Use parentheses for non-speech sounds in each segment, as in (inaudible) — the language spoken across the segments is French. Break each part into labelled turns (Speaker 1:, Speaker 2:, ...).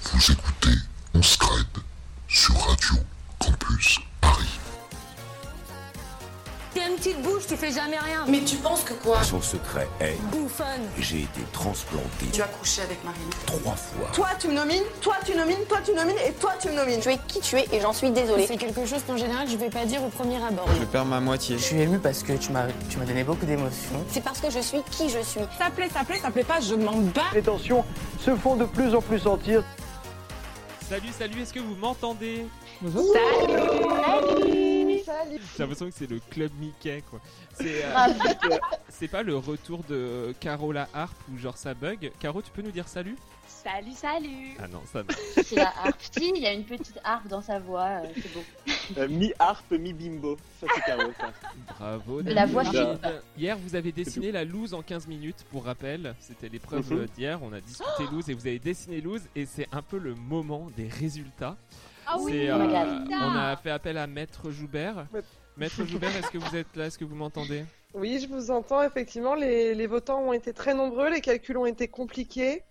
Speaker 1: Vous écoutez On Scred sur Radio Campus Paris.
Speaker 2: T'es une petite bouche, tu fais jamais rien.
Speaker 3: Mais tu penses que quoi
Speaker 4: Son secret est
Speaker 2: Bouffonne.
Speaker 4: j'ai été transplanté
Speaker 3: Tu as couché avec Marine.
Speaker 4: trois fois.
Speaker 5: Toi tu me nomines, toi tu nomines, toi tu nomines et toi tu me nomines.
Speaker 6: Tu es qui tu es et j'en suis désolée.
Speaker 7: C'est quelque chose qu'en général je vais pas dire au premier abord.
Speaker 8: Je perds ma moitié.
Speaker 9: Je suis émue parce que tu m'as, tu m'as donné beaucoup d'émotions.
Speaker 6: C'est parce que je suis qui je suis.
Speaker 7: Ça plaît, ça plaît, ça plaît pas, je m'en bats.
Speaker 10: Les tensions se font de plus en plus sentir.
Speaker 11: Salut, salut, est-ce que vous m'entendez J'ai l'impression que c'est le club Mickey quoi. C'est
Speaker 12: Ah.
Speaker 11: euh, (laughs) c'est pas le retour de Carola Harp ou genre ça bug. Caro, tu peux nous dire salut
Speaker 12: Salut, salut
Speaker 11: Ah non, ça non.
Speaker 12: C'est la harpe. Si, (laughs) il y a une petite harpe dans sa voix, euh,
Speaker 10: (laughs)
Speaker 12: c'est beau.
Speaker 10: mi-harpe, mi-bimbo. Ça, c'est Caro, ça.
Speaker 11: Bravo.
Speaker 12: La voix
Speaker 11: Nadine.
Speaker 12: fine.
Speaker 11: Hier, vous avez dessiné la loose en 15 minutes pour rappel. C'était l'épreuve
Speaker 10: Mhm.
Speaker 11: d'hier, on a discuté
Speaker 12: Oh
Speaker 11: loose et vous avez dessiné loose et c'est un peu le moment des résultats.
Speaker 12: Ah oui,
Speaker 11: C'est, euh,
Speaker 12: oh my God.
Speaker 11: on a fait appel à Maître Joubert. Maître Joubert, est-ce que vous êtes là Est-ce que vous m'entendez
Speaker 13: Oui, je vous entends, effectivement. Les, les votants ont été très nombreux, les calculs ont été compliqués.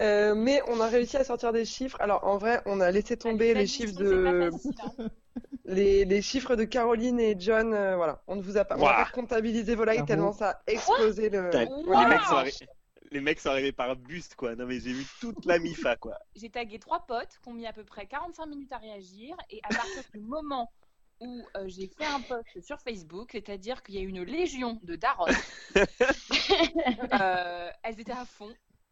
Speaker 13: Euh, mais on a réussi à sortir des chiffres. Alors en vrai, on a laissé
Speaker 12: Bah,
Speaker 13: tomber les chiffres de
Speaker 12: hein.
Speaker 13: (laughs) les, les chiffres de Caroline et John. euh, voilà, on ne vous a pas, on a
Speaker 10: Ouah.
Speaker 13: pas comptabilisé vos likes
Speaker 8: Bravo.
Speaker 13: tellement ça a explosé le.
Speaker 10: Putain,
Speaker 13: Ouais.
Speaker 10: les, mecs sont arri- les mecs sont arrivés par bus, quoi. Non, mais j'ai vu toute la MIFA, quoi.
Speaker 12: J'ai tagué trois potes qui ont mis à peu près 45 minutes à réagir et à partir du moment où euh, j'ai fait un post sur Facebook, c'est-à-dire qu'il y a une légion de darons, euh, elles étaient à fond.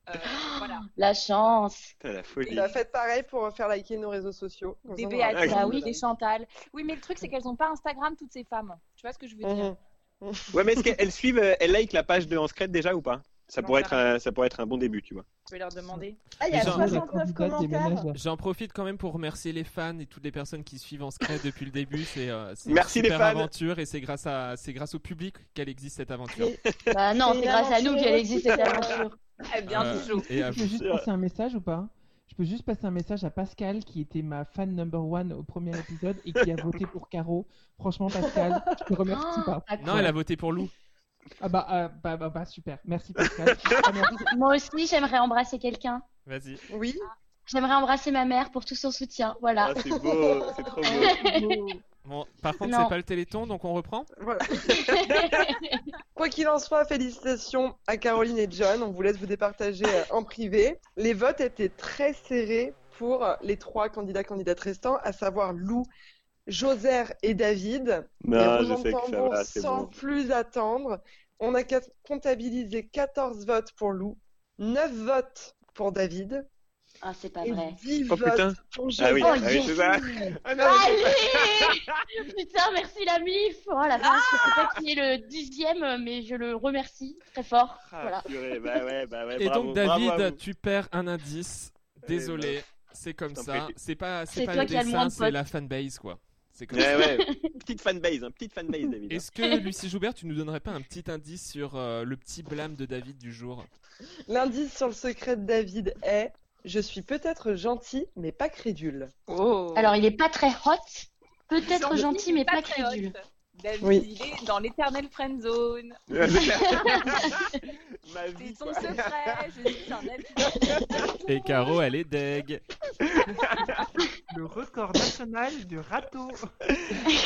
Speaker 12: Euh, voilà.
Speaker 6: La chance.
Speaker 10: Putain, la folie.
Speaker 13: On a fait Bah, pareil pour faire liker nos réseaux sociaux. Comme ça,
Speaker 12: Des
Speaker 13: on
Speaker 12: Béatrice,
Speaker 13: aura-
Speaker 10: Ah
Speaker 12: bah oui, des Chantal. Oui, mais le truc, c'est qu'elles n'ont pas Instagram, toutes ces femmes. Tu vois ce que je veux dire
Speaker 13: Mhm.
Speaker 10: Ouais, mais est-ce qu'elles suivent, euh, elles like la page de En Secret déjà ou pas ça
Speaker 12: Non,
Speaker 10: pourrait,
Speaker 12: ça
Speaker 10: être un, ça pourrait être un bon début, tu vois.
Speaker 12: Je vais leur demander.
Speaker 5: Ah, il y
Speaker 11: Les
Speaker 5: a
Speaker 11: gens-
Speaker 5: 69 commentaires.
Speaker 11: J'en profite quand même pour remercier les fans et toutes les personnes qui suivent en secret depuis le début. C'est euh, c'est
Speaker 10: Merci
Speaker 11: une
Speaker 10: les
Speaker 11: super
Speaker 10: fans.
Speaker 11: aventure et c'est grâce à c'est grâce au public qu'elle existe cette
Speaker 12: (laughs)
Speaker 11: aventure.
Speaker 6: Bah non,
Speaker 13: C'est
Speaker 6: c'est
Speaker 13: une
Speaker 6: grâce à nous
Speaker 13: aventure
Speaker 6: qu'elle existe cette
Speaker 13: érotique.
Speaker 6: aventure.
Speaker 12: Eh bien,
Speaker 11: Euh,
Speaker 12: toujours.
Speaker 11: et à
Speaker 8: Je peux
Speaker 11: vous.
Speaker 8: juste passer un message ou pas Je peux juste passer un message à Pascal qui était ma fan number one au premier épisode et (laughs) qui a voté pour Caro. Franchement, Pascal, je te remercie
Speaker 5: Oh.
Speaker 12: Ah,
Speaker 8: pas.
Speaker 12: d'accord.
Speaker 11: Non, elle a voté pour Lou.
Speaker 8: Ah bah, ah, bah, bah, bah, super.
Speaker 5: (laughs)
Speaker 8: Merci Pascal. Ah, merci.
Speaker 6: Moi aussi j'aimerais embrasser quelqu'un.
Speaker 11: Vas-y.
Speaker 13: Oui.
Speaker 6: J'aimerais embrasser ma mère pour tout son soutien. Voilà.
Speaker 10: Ah, c'est beau, c'est trop beau.
Speaker 11: Bon, par contre,
Speaker 6: Non.
Speaker 11: c'est pas le Téléthon, donc on reprend.
Speaker 13: Voilà. Quoi qu'il en soit, félicitations à Caroline et John. On vous laisse vous départager euh, en privé. Les votes étaient très serrés pour euh, les trois candidats candidates restants, à savoir Lou, Joser et David. Les
Speaker 10: Non, Ah, je
Speaker 13: roulements de
Speaker 10: sais que ça
Speaker 13: tambour
Speaker 10: va, c'est
Speaker 13: sans
Speaker 10: bon.
Speaker 13: plus attendre, on a ca- comptabilisé 14 votes pour Lou, 9 votes pour David
Speaker 6: Ah c'est pas
Speaker 13: et
Speaker 6: vrai.
Speaker 13: 10
Speaker 10: Oh,
Speaker 13: votes
Speaker 10: putain.
Speaker 13: pour Joser.
Speaker 10: Ah oui, ah oui,
Speaker 6: yes.
Speaker 10: c'est
Speaker 13: (laughs)
Speaker 10: ça. Ah, non, mais-
Speaker 6: Allez (laughs) Putain, merci la MIF Oh la vache, je sais pas qui est le dixième, mais je le remercie très fort.
Speaker 10: Ah,
Speaker 6: Voilà.
Speaker 10: purée, bah ouais, bah ouais,
Speaker 11: et
Speaker 10: bravo,
Speaker 11: donc,
Speaker 10: bravo à
Speaker 11: David,
Speaker 10: vous. Eh, bah,
Speaker 11: tu perds un indice. Désolé, c'est comme
Speaker 10: Je t'en
Speaker 11: ça.
Speaker 10: prie.
Speaker 11: C'est pas c'est
Speaker 6: C'est
Speaker 11: pas
Speaker 6: toi
Speaker 11: le
Speaker 6: qui as le moins
Speaker 11: dessin,
Speaker 6: de
Speaker 11: c'est
Speaker 6: potes.
Speaker 11: la fanbase quoi. C'est comme ça.
Speaker 10: Ouais, (laughs) ouais. Petite fanbase, hein, petite fanbase, David.
Speaker 11: Est-ce que Lucie Joubert, tu nous donnerais pas un petit indice sur euh, le petit blâme de David du jour
Speaker 13: L'indice sur le secret de David est Je suis peut-être gentil, mais pas crédule.
Speaker 12: Oh.
Speaker 6: Alors, il est pas très hot, peut-être
Speaker 12: Gentil,
Speaker 6: gentil, mais pas
Speaker 12: très
Speaker 6: crédule.
Speaker 12: hot. David,
Speaker 13: Oui.
Speaker 12: il est dans l'éternelle friend zone.
Speaker 10: (laughs) Ma vie,
Speaker 12: C'est
Speaker 10: quoi.
Speaker 12: son secret. Je suis un elfe.
Speaker 11: Et Caro, elle est deg.
Speaker 9: Le record national du râteau.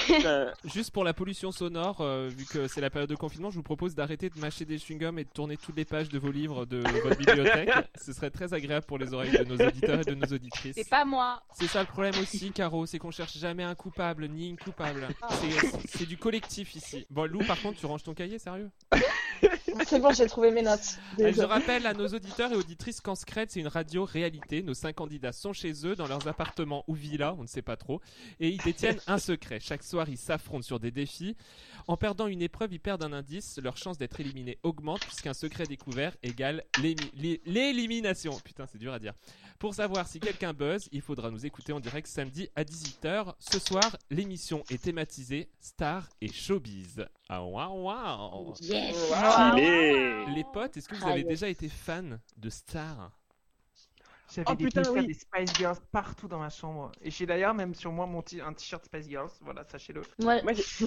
Speaker 10: Putain.
Speaker 11: Juste pour la pollution sonore, euh, vu que c'est la période de confinement, je vous propose d'arrêter de mâcher des chewing-gums et de tourner toutes les pages de vos livres de votre
Speaker 6: (laughs)
Speaker 11: bibliothèque. Ce serait très agréable pour les oreilles de nos auditeurs et de nos auditrices.
Speaker 12: C'est pas moi.
Speaker 11: C'est ça le problème aussi, Caro, c'est qu'on cherche jamais un coupable ni une coupable. C'est- C'est du collectif ici. Bon, Lou, par contre, tu ranges ton cahier, sérieux
Speaker 5: Ah, C'est bon, j'ai trouvé mes notes.
Speaker 11: Euh, Je
Speaker 5: Désolé.
Speaker 11: rappelle à nos auditeurs et auditrices qu'en Scred, c'est une radio réalité. Nos cinq candidats sont chez eux, dans leurs appartements ou villas, on ne sait pas trop. Et ils détiennent un secret. Chaque soir, ils s'affrontent sur des défis. En perdant une épreuve, ils perdent un indice. Leur chance d'être éliminés augmente puisqu'un secret découvert égale l'émi- l'é- l'élimination. Putain, c'est dur à dire. Pour savoir si quelqu'un buzz, il faudra nous écouter en direct samedi à 18h. Ce soir, l'émission est thématisée Star et Showbiz. Ah, waouh, waouh
Speaker 6: Yes
Speaker 10: Stylé.
Speaker 11: Ah
Speaker 10: Ah
Speaker 11: les potes, est-ce que vous
Speaker 6: Ah,
Speaker 11: avez
Speaker 6: yes.
Speaker 11: déjà été fan de Star
Speaker 8: J'avais
Speaker 14: Oh,
Speaker 8: des
Speaker 14: putain,
Speaker 8: posters
Speaker 14: oui.
Speaker 8: des Spice Girls partout dans ma chambre. Et j'ai d'ailleurs même sur moi mon t- un t-shirt Spice Girls, voilà, sachez-le.
Speaker 12: Moi,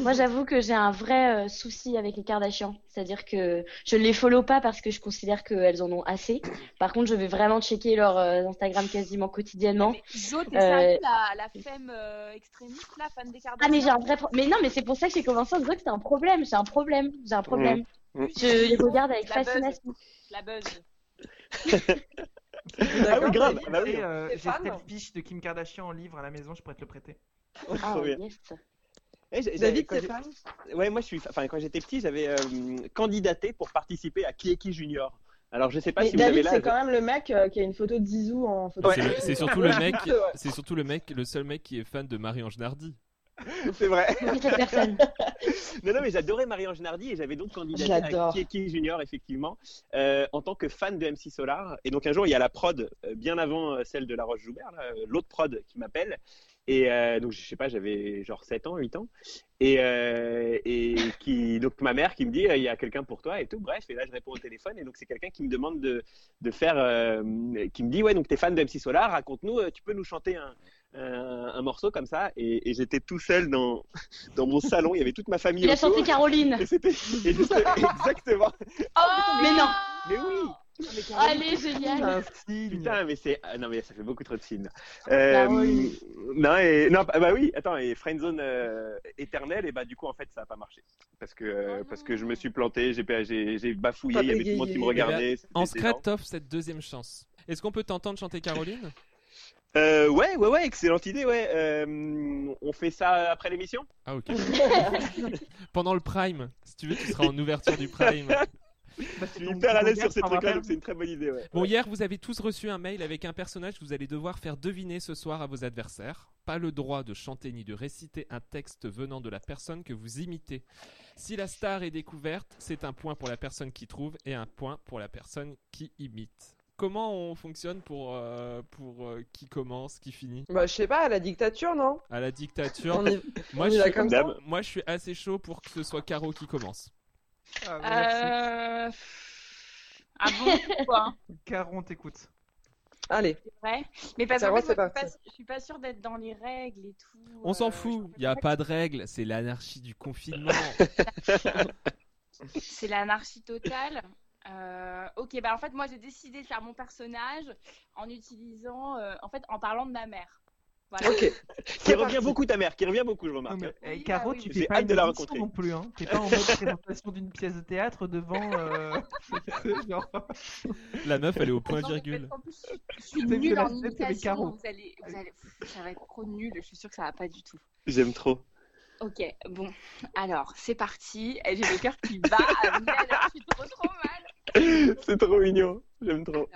Speaker 12: moi, j'avoue que j'ai un vrai euh, souci avec les Kardashians. C'est-à-dire que je ne les follow pas parce que je considère qu'elles en ont assez. Par contre, je vais vraiment checker leur euh, Instagram quasiment quotidiennement.
Speaker 6: Jo, t'es
Speaker 12: Euh,
Speaker 6: sérieux, la, la femme euh, extrémiste, la fan des
Speaker 12: Ah,
Speaker 6: Kardashians
Speaker 12: mais j'ai un vrai pro- Mais non, mais c'est pour ça que j'ai commencé en disant que c'est un problème. J'ai un problème. J'ai un problème.
Speaker 10: Mmh.
Speaker 12: Je les regarde avec
Speaker 6: La buzz.
Speaker 12: fascination.
Speaker 6: La buzz.
Speaker 8: Ah
Speaker 10: oui, grave, bah oui.
Speaker 8: euh,
Speaker 10: T'es
Speaker 8: J'ai
Speaker 10: fan
Speaker 8: cette fiche de Kim Kardashian en livre à la maison, je pourrais te le prêter.
Speaker 10: Ah, Trop bien. Eh, j'ai-
Speaker 8: David,
Speaker 10: j'ai- quand
Speaker 8: t'es
Speaker 10: j'ai-
Speaker 8: fan
Speaker 10: Ouais, moi je suis. Enfin, quand j'étais petit, j'avais euh, candidaté pour participer à Qui est qui Junior. Alors, je sais pas
Speaker 5: Mais
Speaker 10: si
Speaker 5: David,
Speaker 10: vous avez
Speaker 5: c'est
Speaker 10: l'âge.
Speaker 5: quand même le mec euh, qui a une photo de Zizou en photo.
Speaker 11: C'est le- C'est surtout le mec,
Speaker 5: Ouais.
Speaker 11: c'est surtout le mec, le seul mec qui est fan de Marie-Ange Nardi.
Speaker 10: (laughs) C'est vrai.
Speaker 12: cette personne.
Speaker 10: (laughs) non, non, mais j'adorais Marie-Ange Nardi et j'avais donc candidaté à
Speaker 11: J'adore.
Speaker 10: Qui est qui Junior, effectivement, euh, en tant que fan de MC Solar. Et donc un jour, il y a la prod, euh, bien avant euh, celle de La Roche-Joubert, là, euh, l'autre prod qui m'appelle. Et euh, donc, je sais pas, j'avais genre 7 ans, 8 ans. Et, euh, et qui, donc ma mère qui me dit, euh, il y a quelqu'un pour toi et tout. Bref, et là, je réponds au téléphone. Et donc, c'est quelqu'un qui me demande de, de faire, euh, qui me dit, ouais, donc t'es fan de MC Solar, raconte-nous, euh, tu peux nous chanter un, un, un morceau comme ça. Et, et j'étais tout seul dans, dans mon salon. Il y avait toute ma famille.
Speaker 12: Il a
Speaker 10: autour.
Speaker 12: chanté Caroline.
Speaker 10: Et c'était-
Speaker 12: (laughs)
Speaker 10: et juste- exactement.
Speaker 6: Oh,
Speaker 12: mais non. Ah,
Speaker 10: Mais oui.
Speaker 12: Allez, génial.
Speaker 10: Putain, mais c'est. ah, Non, mais ça fait beaucoup trop de signes. Euh,
Speaker 12: Bah oui.
Speaker 10: Non, et... non, bah bah oui, attends, et Friendzone euh, éternelle, et bah du coup, en fait, ça n'a pas marché. Parce que, euh, parce que je me suis planté, j'ai, j'ai, j'ai bafouillé, il y avait tout le monde qui me regardait. c'était
Speaker 11: Eh ben, En
Speaker 10: gênant.
Speaker 11: secret, t'offres cette deuxième chance. Est-ce qu'on peut t'entendre chanter Caroline
Speaker 10: Euh, ouais, ouais, ouais, excellente idée, ouais. Euh, on fait ça après l'émission
Speaker 11: Ah, ok. Pendant le Prime, si tu veux, tu seras en ouverture du Prime.
Speaker 10: Je suis hyper à l'aise sur ces
Speaker 11: ça me
Speaker 10: trucs-là,
Speaker 11: rappelle.
Speaker 10: donc c'est une très bonne idée, ouais.
Speaker 11: Bon, hier, vous avez tous reçu un mail avec un personnage que vous allez devoir faire deviner ce soir à vos adversaires. Pas le droit de chanter ni de réciter un texte venant de la personne que vous imitez. Si la star est découverte, c'est un point pour la personne qui trouve et un point pour la personne qui imite. Comment on fonctionne pour, euh, pour euh, qui commence, qui finit
Speaker 13: Bah, je sais pas, à la dictature, non
Speaker 11: À la dictature.
Speaker 13: On y-
Speaker 11: moi,
Speaker 13: on y
Speaker 11: je
Speaker 13: va
Speaker 11: suis,
Speaker 13: comme ça
Speaker 11: moi, je suis assez chaud pour que ce soit Caro qui commence.
Speaker 6: Euh... Ah bon quoi
Speaker 8: Caron, t'écoutes.
Speaker 13: Allez.
Speaker 6: Ouais. Mais parce
Speaker 13: Ça
Speaker 6: qu'en
Speaker 13: va,
Speaker 6: fait,
Speaker 13: c'est
Speaker 6: moi, je,
Speaker 13: parti.
Speaker 6: suis pas, je suis pas sûre d'être dans les règles et tout. euh,
Speaker 11: On s'en fout, il n'y a pas de règle, c'est l'anarchie du confinement.
Speaker 6: C'est l'anarchie totale. Euh, ok, bah en fait, moi j'ai décidé de faire mon personnage en utilisant, euh, en fait, en parlant de ma mère. Voilà.
Speaker 10: Ok. qui revient beaucoup ta mère, qui revient beaucoup, je
Speaker 11: Oh,
Speaker 10: remarque.
Speaker 8: Et eh, Caro, tu
Speaker 10: bah J'ai
Speaker 8: fais pas
Speaker 10: hâte
Speaker 8: une
Speaker 10: de la
Speaker 8: émission
Speaker 10: rencontrer.
Speaker 8: non plus, hein. T'es
Speaker 10: (laughs)
Speaker 8: pas en mode présentation d'une pièce de théâtre devant. euh, genre...
Speaker 11: la meuf, elle est au point
Speaker 6: Non, mais
Speaker 11: virgule.
Speaker 6: En plus, je suis
Speaker 8: T'as vu
Speaker 6: nulle
Speaker 8: la
Speaker 6: en
Speaker 8: tête avec
Speaker 6: imitation.
Speaker 8: Caro.
Speaker 6: Vous allez, vous allez, pff, ça va être trop nul. Je suis sûre que ça va pas du tout.
Speaker 10: J'aime trop.
Speaker 6: Ok, bon, alors c'est parti. Et J'ai le cœur qui bat. à mille à l'heure, je suis trop trop mal.
Speaker 10: (laughs) c'est trop mignon, j'aime trop.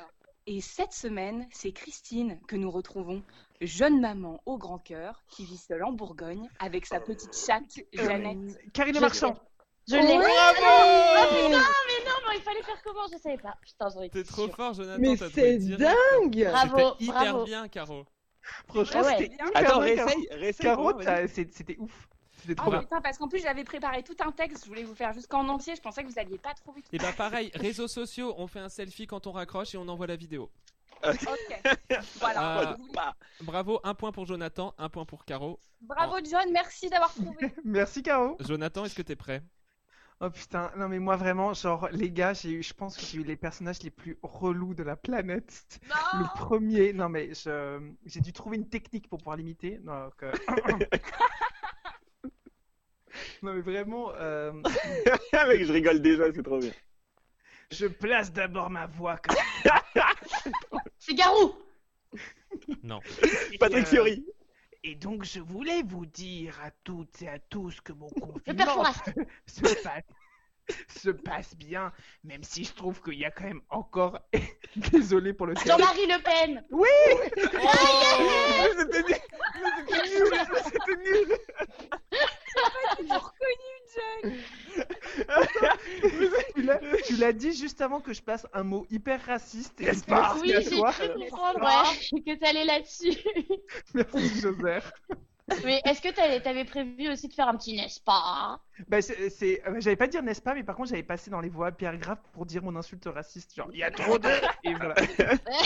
Speaker 6: Et cette semaine, c'est Christine que nous retrouvons, jeune maman au grand cœur, qui vit seule en Bourgogne avec sa petite chatte Jeannette.
Speaker 8: Karine
Speaker 6: Je-
Speaker 8: Marchand.
Speaker 12: Je
Speaker 13: Oh,
Speaker 12: l'ai.
Speaker 6: Bravo
Speaker 12: Ah, putain, mais non, mais il fallait faire comment Je savais pas. Putain, j'aurais été
Speaker 11: T'es trop
Speaker 12: sûre.
Speaker 11: fort, Jonathan.
Speaker 12: Mais
Speaker 11: t'as trouvé
Speaker 12: c'est
Speaker 11: direct.
Speaker 12: dingue
Speaker 5: Ah,
Speaker 12: Bravo,
Speaker 11: C'était hyper
Speaker 12: bravo.
Speaker 11: bien, Caro.
Speaker 8: Franchement,
Speaker 6: Ah ouais.
Speaker 8: c'était hyper
Speaker 10: Attends,
Speaker 8: bien, Caro.
Speaker 10: réessaye, réessaye
Speaker 8: Caro,
Speaker 10: pour moi,
Speaker 8: t'as-
Speaker 10: vas-y.
Speaker 8: c'est- c'était ouf. C'était
Speaker 6: Ah
Speaker 13: bah.
Speaker 8: trop bien.
Speaker 6: putain, parce qu'en plus j'avais préparé tout un texte, je voulais vous faire jusqu'en entier, je pensais que vous alliez pas trop vite.
Speaker 11: Et bah
Speaker 8: (laughs)
Speaker 11: pareil, réseaux sociaux, on fait un selfie quand on raccroche et on envoie la vidéo.
Speaker 8: (laughs)
Speaker 6: Ok, voilà.
Speaker 11: Ah, bravo, un point pour Jonathan, un point pour Caro.
Speaker 6: Bravo John, merci d'avoir trouvé.
Speaker 8: (laughs) Merci Caro.
Speaker 11: Jonathan, est-ce que t'es prêt
Speaker 8: Oh putain, non mais moi vraiment, genre les gars, j'ai eu, je pense que j'ai eu les personnages les plus relous de la planète. le premier, non mais je- j'ai dû trouver une technique pour pouvoir l'imiter.
Speaker 5: (laughs)
Speaker 8: Non, donc, euh, (laughs) non mais vraiment, euh,
Speaker 10: (laughs) Mec, je rigole déjà, c'est trop bien.
Speaker 8: je place d'abord ma voix comme
Speaker 12: C'est Garou
Speaker 11: Non.
Speaker 8: Patrick
Speaker 6: euh,
Speaker 10: Fiori.
Speaker 8: Et donc, je voulais vous dire à toutes et à tous que mon
Speaker 12: père
Speaker 8: confinement
Speaker 12: Fouras.
Speaker 8: se, se passe, se passe bien, même si je trouve qu'il y a quand même encore. Désolé pour le terme.
Speaker 12: Jean-Marie Le Pen Ah,
Speaker 8: Oui
Speaker 10: C'était nul
Speaker 8: C'était nul C'était nul
Speaker 6: Ils m'ont reconnu,
Speaker 8: Tu l'as- Tu l'as dit juste avant que je passe un mot hyper raciste. et
Speaker 10: N'est-ce pas
Speaker 8: merci
Speaker 12: Oui,
Speaker 8: à
Speaker 12: j'ai
Speaker 8: toi.
Speaker 12: (laughs) cru comprendre, ouais, que t'allais là-dessus.
Speaker 8: Merci, Joseph.
Speaker 12: Mais est-ce que t'avais t'avais prévu aussi de faire un petit n'est-ce pas hein
Speaker 8: Bah, c'est, c'est- euh, j'avais pas dire n'est-ce pas, mais par contre j'avais passé dans les voix paragraphes pour dire mon insulte raciste, genre il y a trop de. Et voilà.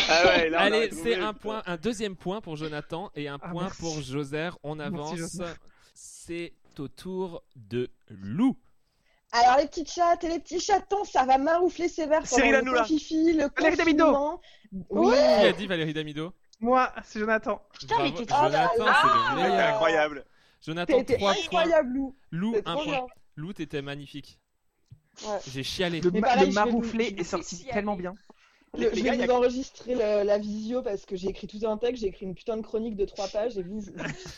Speaker 10: Ah
Speaker 11: Allez, c'est un point, un deuxième point pour Jonathan et un point
Speaker 8: Ah, merci.
Speaker 11: pour Joser. On
Speaker 8: Merci,
Speaker 11: avance.
Speaker 8: Joser.
Speaker 11: C'est au tour de Lou.
Speaker 15: Alors les petites chattes et les petits chatons, ça va maroufler sévère pendant
Speaker 11: Cyril
Speaker 15: le
Speaker 11: Hanouna.
Speaker 15: confifi, le
Speaker 8: Valérie Damido.
Speaker 15: confinement. Oui.
Speaker 11: Qui a dit Valérie Damido
Speaker 8: Moi, c'est Jonathan.
Speaker 11: Putain,
Speaker 8: mais
Speaker 11: Bravo,
Speaker 8: t'es trop
Speaker 11: Jonathan,
Speaker 8: bien. Ah,
Speaker 11: c'est le meilleur.
Speaker 8: t'es incroyable.
Speaker 11: Jonathan,
Speaker 8: T'es- t'es
Speaker 11: 3
Speaker 8: incroyable, Lou.
Speaker 11: Lou,
Speaker 8: T'es
Speaker 11: un
Speaker 8: trop
Speaker 11: point.
Speaker 8: bien.
Speaker 11: Lou, t'étais magnifique.
Speaker 15: Ouais.
Speaker 11: J'ai chialé.
Speaker 8: Le, ma- le marouflé est sorti tellement bien.
Speaker 15: Le- je
Speaker 8: gars, il
Speaker 15: vais
Speaker 8: y a-
Speaker 15: vous enregistrer le- la visio parce que j'ai écrit tout un texte, j'ai écrit une putain de chronique de trois pages et vous, vous,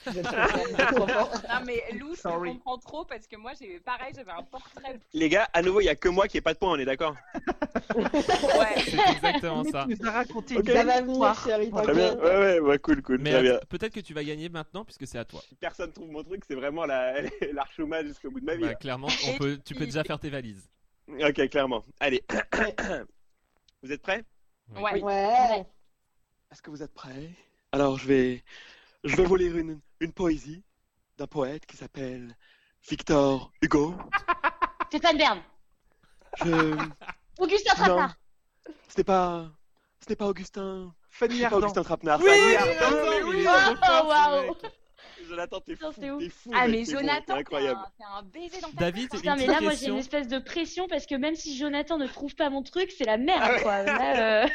Speaker 15: vous
Speaker 8: (laughs)
Speaker 15: êtes trop fort.
Speaker 6: Non mais Lou, je te
Speaker 10: Sorry.
Speaker 6: comprends trop parce que moi, j'ai pareil, j'avais un portrait.
Speaker 10: Les gars, à nouveau, il n'y a que moi qui n'ai pas de points, on est d'accord
Speaker 11: C'est
Speaker 8: (laughs)
Speaker 11: exactement ça.
Speaker 8: Tu nous as raconté
Speaker 10: Ok.
Speaker 8: une
Speaker 10: Ça va
Speaker 8: belle
Speaker 10: venir,
Speaker 8: histoire.
Speaker 15: chérie,
Speaker 10: Très bien, ouais, ouais, ouais, cool, cool,
Speaker 11: Mais
Speaker 10: très bien.
Speaker 11: att- peut-être que tu vas gagner maintenant puisque c'est à toi.
Speaker 10: Si personne trouve mon truc, c'est vraiment la- (laughs) l'archoma jusqu'au bout de ma vie.
Speaker 11: Bah,
Speaker 10: là.
Speaker 11: clairement, on peut, tu peux déjà faire tes valises.
Speaker 10: Ok, clairement. Allez. (coughs) vous êtes prêts
Speaker 6: Ouais.
Speaker 15: Ouais.
Speaker 10: Est-ce que vous êtes prêts Alors, je vais, je vais vous lire une, une poésie d'un poète qui s'appelle Victor Hugo.
Speaker 12: Stéphane Bern,
Speaker 10: Je...
Speaker 12: Augustin (laughs) Trappard.
Speaker 10: Ce n'est pas, ce n'est pas Augustin.
Speaker 8: Fanny Ah,
Speaker 10: Ardant. Augustin Trapenard.
Speaker 6: Oui,
Speaker 10: Fanny
Speaker 6: Jonathan,
Speaker 10: Ardant,
Speaker 6: mais
Speaker 10: il
Speaker 6: oui.
Speaker 10: est
Speaker 12: Oh,
Speaker 10: trop fort, ce
Speaker 6: Waouh,
Speaker 10: mec. Jonathan, t'es fou, t'es fou.
Speaker 12: Ah,
Speaker 10: mec,
Speaker 12: mais
Speaker 10: t'es bon,
Speaker 12: Jonathan,
Speaker 10: t'es incroyable.
Speaker 6: C'est un baiser dans
Speaker 11: David,
Speaker 12: Putain,
Speaker 11: une
Speaker 12: mais
Speaker 11: petite
Speaker 12: là, moi, j'ai
Speaker 11: question.
Speaker 12: une espèce de pression parce que même si Jonathan ne trouve pas mon truc, c'est la merde,
Speaker 11: Ah ouais.
Speaker 12: quoi. Là, euh,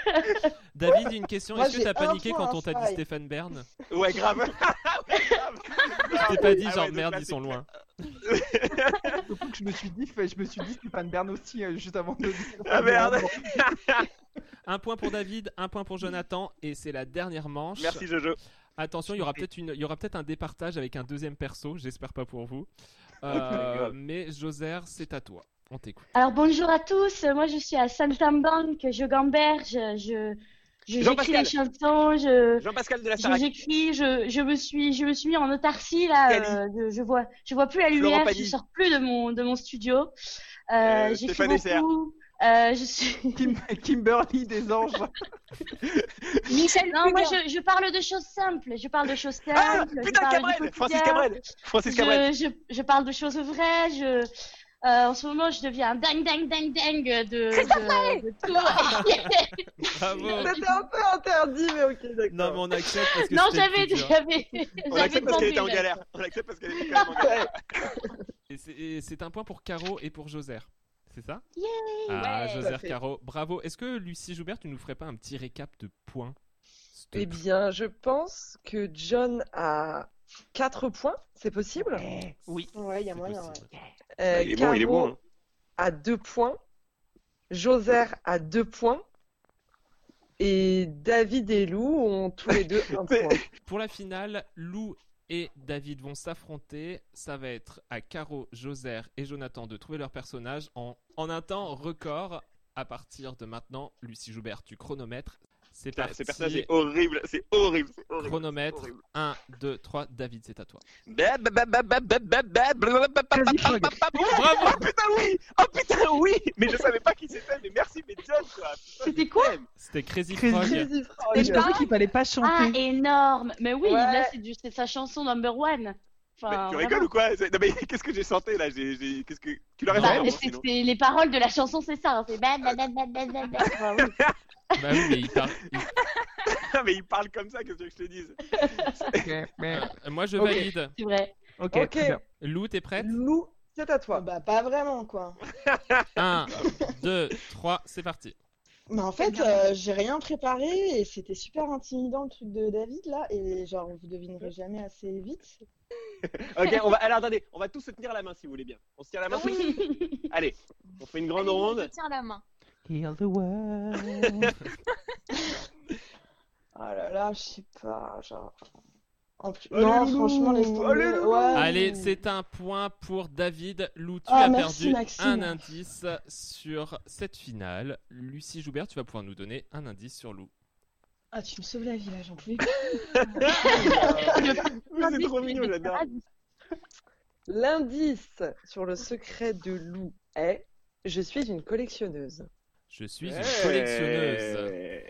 Speaker 11: David, une question.
Speaker 12: Moi,
Speaker 11: Est-ce que
Speaker 12: j'ai
Speaker 11: t'as
Speaker 12: un
Speaker 11: paniqué
Speaker 12: point,
Speaker 11: quand on t'a dit
Speaker 12: pareil.
Speaker 11: Stéphane Bern
Speaker 10: Ouais, grave. (laughs)
Speaker 11: Je t'ai pas dit,
Speaker 8: Ah ouais,
Speaker 11: genre,
Speaker 8: donc
Speaker 11: merde,
Speaker 8: là,
Speaker 11: ils
Speaker 8: c'est
Speaker 11: sont loin.
Speaker 8: Surtout que je me suis dit, je me suis dit Stéphane Bern aussi euh, juste avant de.
Speaker 10: (laughs) Ah, merde.
Speaker 11: Un point pour David, un point pour Jonathan, et c'est la dernière manche.
Speaker 10: (laughs) Merci, Jojo.
Speaker 11: Attention, il y aura peut-être une, il y aura peut-être un départage avec un deuxième perso. J'espère pas pour vous.
Speaker 10: Ok,
Speaker 11: Euh,
Speaker 10: grave.
Speaker 11: mais Joser, c'est à toi. On t'écoute.
Speaker 12: Alors, bonjour à tous. Moi, je suis à Samsambank. Je gamberge. Je, je, j'écris
Speaker 10: Jean-Pascal.
Speaker 12: les chansons. Je,
Speaker 10: Jean-Pascal de la
Speaker 12: je-
Speaker 10: Sarac.
Speaker 12: j'écris. Je, je me suis, je me suis mis en autarcie là.
Speaker 10: Cali.
Speaker 12: euh, je, je vois, je vois plus la
Speaker 10: Florent
Speaker 12: lumière. Je
Speaker 10: Pagny.
Speaker 12: sors plus de mon, de mon studio. Euh, j'écris
Speaker 8: Stéphane Essert.
Speaker 12: beaucoup. Euh, je suis
Speaker 8: Kimberly des anges.
Speaker 12: Michel Non, moi
Speaker 8: Fugain.
Speaker 12: je, je parle de choses simples. Je parle de choses simples. je
Speaker 10: Ah, putain,
Speaker 12: parle du
Speaker 10: Cabrel
Speaker 12: quotidien.
Speaker 10: Francis Cabrel Francis Cabrel
Speaker 12: Je, je, je parle de choses vraies. Je, euh, en ce moment, je deviens un dingue, dingue, dingue, dingue de, de, de tout.
Speaker 11: Bravo.
Speaker 13: C'était un peu interdit, mais ok, d'accord.
Speaker 11: Non, mais on accepte parce que
Speaker 12: non,
Speaker 11: c'était
Speaker 12: j'avais,
Speaker 11: le plus dur.
Speaker 12: j'avais,
Speaker 10: On l'accepte
Speaker 12: j'avais
Speaker 10: parce qu'elle
Speaker 12: tenté,
Speaker 10: était en
Speaker 12: j'avais-
Speaker 10: galère. On l'accepte parce qu'elle était quand
Speaker 8: (laughs)
Speaker 10: même en galère.
Speaker 11: Et c'est- et c'est un point pour Caro et pour Joser. C'est ça
Speaker 12: Yeah.
Speaker 11: Ah,
Speaker 13: Ouais.
Speaker 11: Joser,
Speaker 13: Parfait.
Speaker 11: Caro, bravo. Est-ce que Lucie Joubert, tu nous ferais pas un petit récap de points s'il te
Speaker 13: Eh
Speaker 11: plaît
Speaker 13: bien, je pense que John a 4 points, c'est possible
Speaker 11: Oui.
Speaker 15: Ouais, il y a moyen. ouais.
Speaker 13: Euh,
Speaker 10: Il est bon, il est
Speaker 13: Caro
Speaker 10: bon, hein.
Speaker 13: à 2 points. Joser à 2 points. Et David et Lou ont tous les deux
Speaker 10: (laughs)
Speaker 13: un point.
Speaker 11: Pour la finale, Lou et David vont s'affronter. Ça va être à Caro, Joser et Jonathan de trouver leur personnage en, en un temps record. À partir de maintenant, Lucie Joubert, tu chronomètre. C'est
Speaker 10: Putain,
Speaker 11: parti.
Speaker 10: Ce personnage est horrible, c'est horrible, c'est horrible.
Speaker 11: Chronomètre 1, 2, 3, David, c'est à toi.
Speaker 10: Bravo Oh putain oui Oh putain oui Mais je savais pas qui c'était, mais merci, mais John quoi
Speaker 12: C'était quoi
Speaker 11: C'était Crazy
Speaker 8: Crazy
Speaker 11: Frog.
Speaker 8: Frog.
Speaker 12: Et
Speaker 8: Et je pensais qu'il fallait pas
Speaker 12: Ah,
Speaker 8: chanter.
Speaker 12: énorme. Mais oui,
Speaker 13: Ouais.
Speaker 12: là, c'est, du, c'est sa chanson number one.
Speaker 10: Mais
Speaker 12: Enfin,
Speaker 10: Tu
Speaker 12: vraiment.
Speaker 10: rigoles ou quoi C'est- non, mais (laughs) qu'est-ce que j'ai chanté là J'ai- j'ai- Qu'est-ce que tu l'aurais
Speaker 12: Bah,
Speaker 10: fait
Speaker 12: mais c'est, que c'est- les paroles de la chanson, c'est ça. hein, C'est bam, bam, bam, bam, bam, bam, bam. Enfin, oui.
Speaker 11: Bah oui, mais il parle- il-
Speaker 10: mais il parle comme ça, qu'est-ce que je te dise
Speaker 11: Euh, Moi, je
Speaker 13: Ok.
Speaker 11: valide.
Speaker 12: C'est vrai.
Speaker 8: Ok.
Speaker 13: Ah, Ok.
Speaker 8: très bien.
Speaker 11: Lou, t'es prête
Speaker 13: Lou, c'est à toi.
Speaker 15: Bah pas vraiment quoi.
Speaker 11: 1, 2, 3, c'est parti.
Speaker 15: Mais en fait, euh, j'ai rien préparé et c'était super intimidant le truc de David là et genre vous devinerez jamais assez vite.
Speaker 10: Ok, on va... alors attendez, on va tous se tenir la main si vous voulez bien. On se tient la main (laughs) Allez, on fait une grande
Speaker 6: Je
Speaker 10: ronde.
Speaker 6: tiens la main.
Speaker 14: Kill the world.
Speaker 15: Ah là là, je sais pas, genre. En plus-
Speaker 10: Allez,
Speaker 15: non,
Speaker 10: Loulou
Speaker 15: franchement, laisse tomber.
Speaker 10: Allez, Loulou
Speaker 15: Ouais.
Speaker 11: Allez, c'est un point pour David. Lou, tu
Speaker 15: Ah,
Speaker 11: as
Speaker 15: merci,
Speaker 11: perdu
Speaker 15: Maxime.
Speaker 11: un indice sur cette finale. Lucie Joubert, tu vas pouvoir nous donner un indice sur Lou.
Speaker 15: Ah, tu me sauves la vie là, j'en pouvais plus.
Speaker 10: Vous êtes trop mignons, j'adore.
Speaker 13: L'indice sur le secret de Lou est Je suis une collectionneuse.
Speaker 11: Je suis une collectionneuse.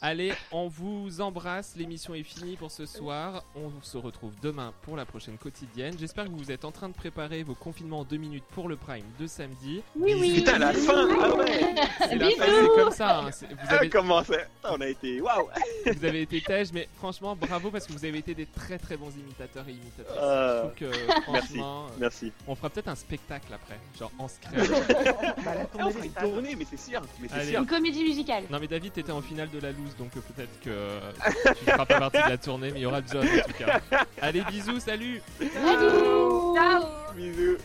Speaker 11: Allez, on vous embrasse. L'émission est finie pour ce soir. On se retrouve demain pour la prochaine quotidienne. J'espère que vous êtes en train de préparer vos confinements en deux minutes pour le Prime de samedi.
Speaker 10: Oui, oui. Putain, la fin, ah
Speaker 12: (laughs)
Speaker 10: ouais.
Speaker 11: C'est la
Speaker 10: Bisous.
Speaker 11: fin, c'est comme ça. hein. C'est- Vous
Speaker 10: Ah,
Speaker 11: avez...
Speaker 10: comment ça On a été. Waouh
Speaker 11: Vous avez été têche, mais franchement, bravo parce que vous avez été des très très bons imitateurs et imitatrices.
Speaker 10: Euh,
Speaker 11: Je trouve que,
Speaker 10: merci,
Speaker 11: franchement, euh,
Speaker 10: merci.
Speaker 11: On fera peut-être un spectacle après, genre en screen.
Speaker 10: Bah, la tournée des stades. mais c'est sûr, mais c'est sûr.
Speaker 12: Une comédie musicale.
Speaker 11: Non mais David t'étais en finale de la loose donc euh, peut-être que euh, tu feras pas partie de la tournée mais il y aura John en tout cas. Allez bisous, salut
Speaker 12: Salut
Speaker 6: Ciao
Speaker 10: Bisous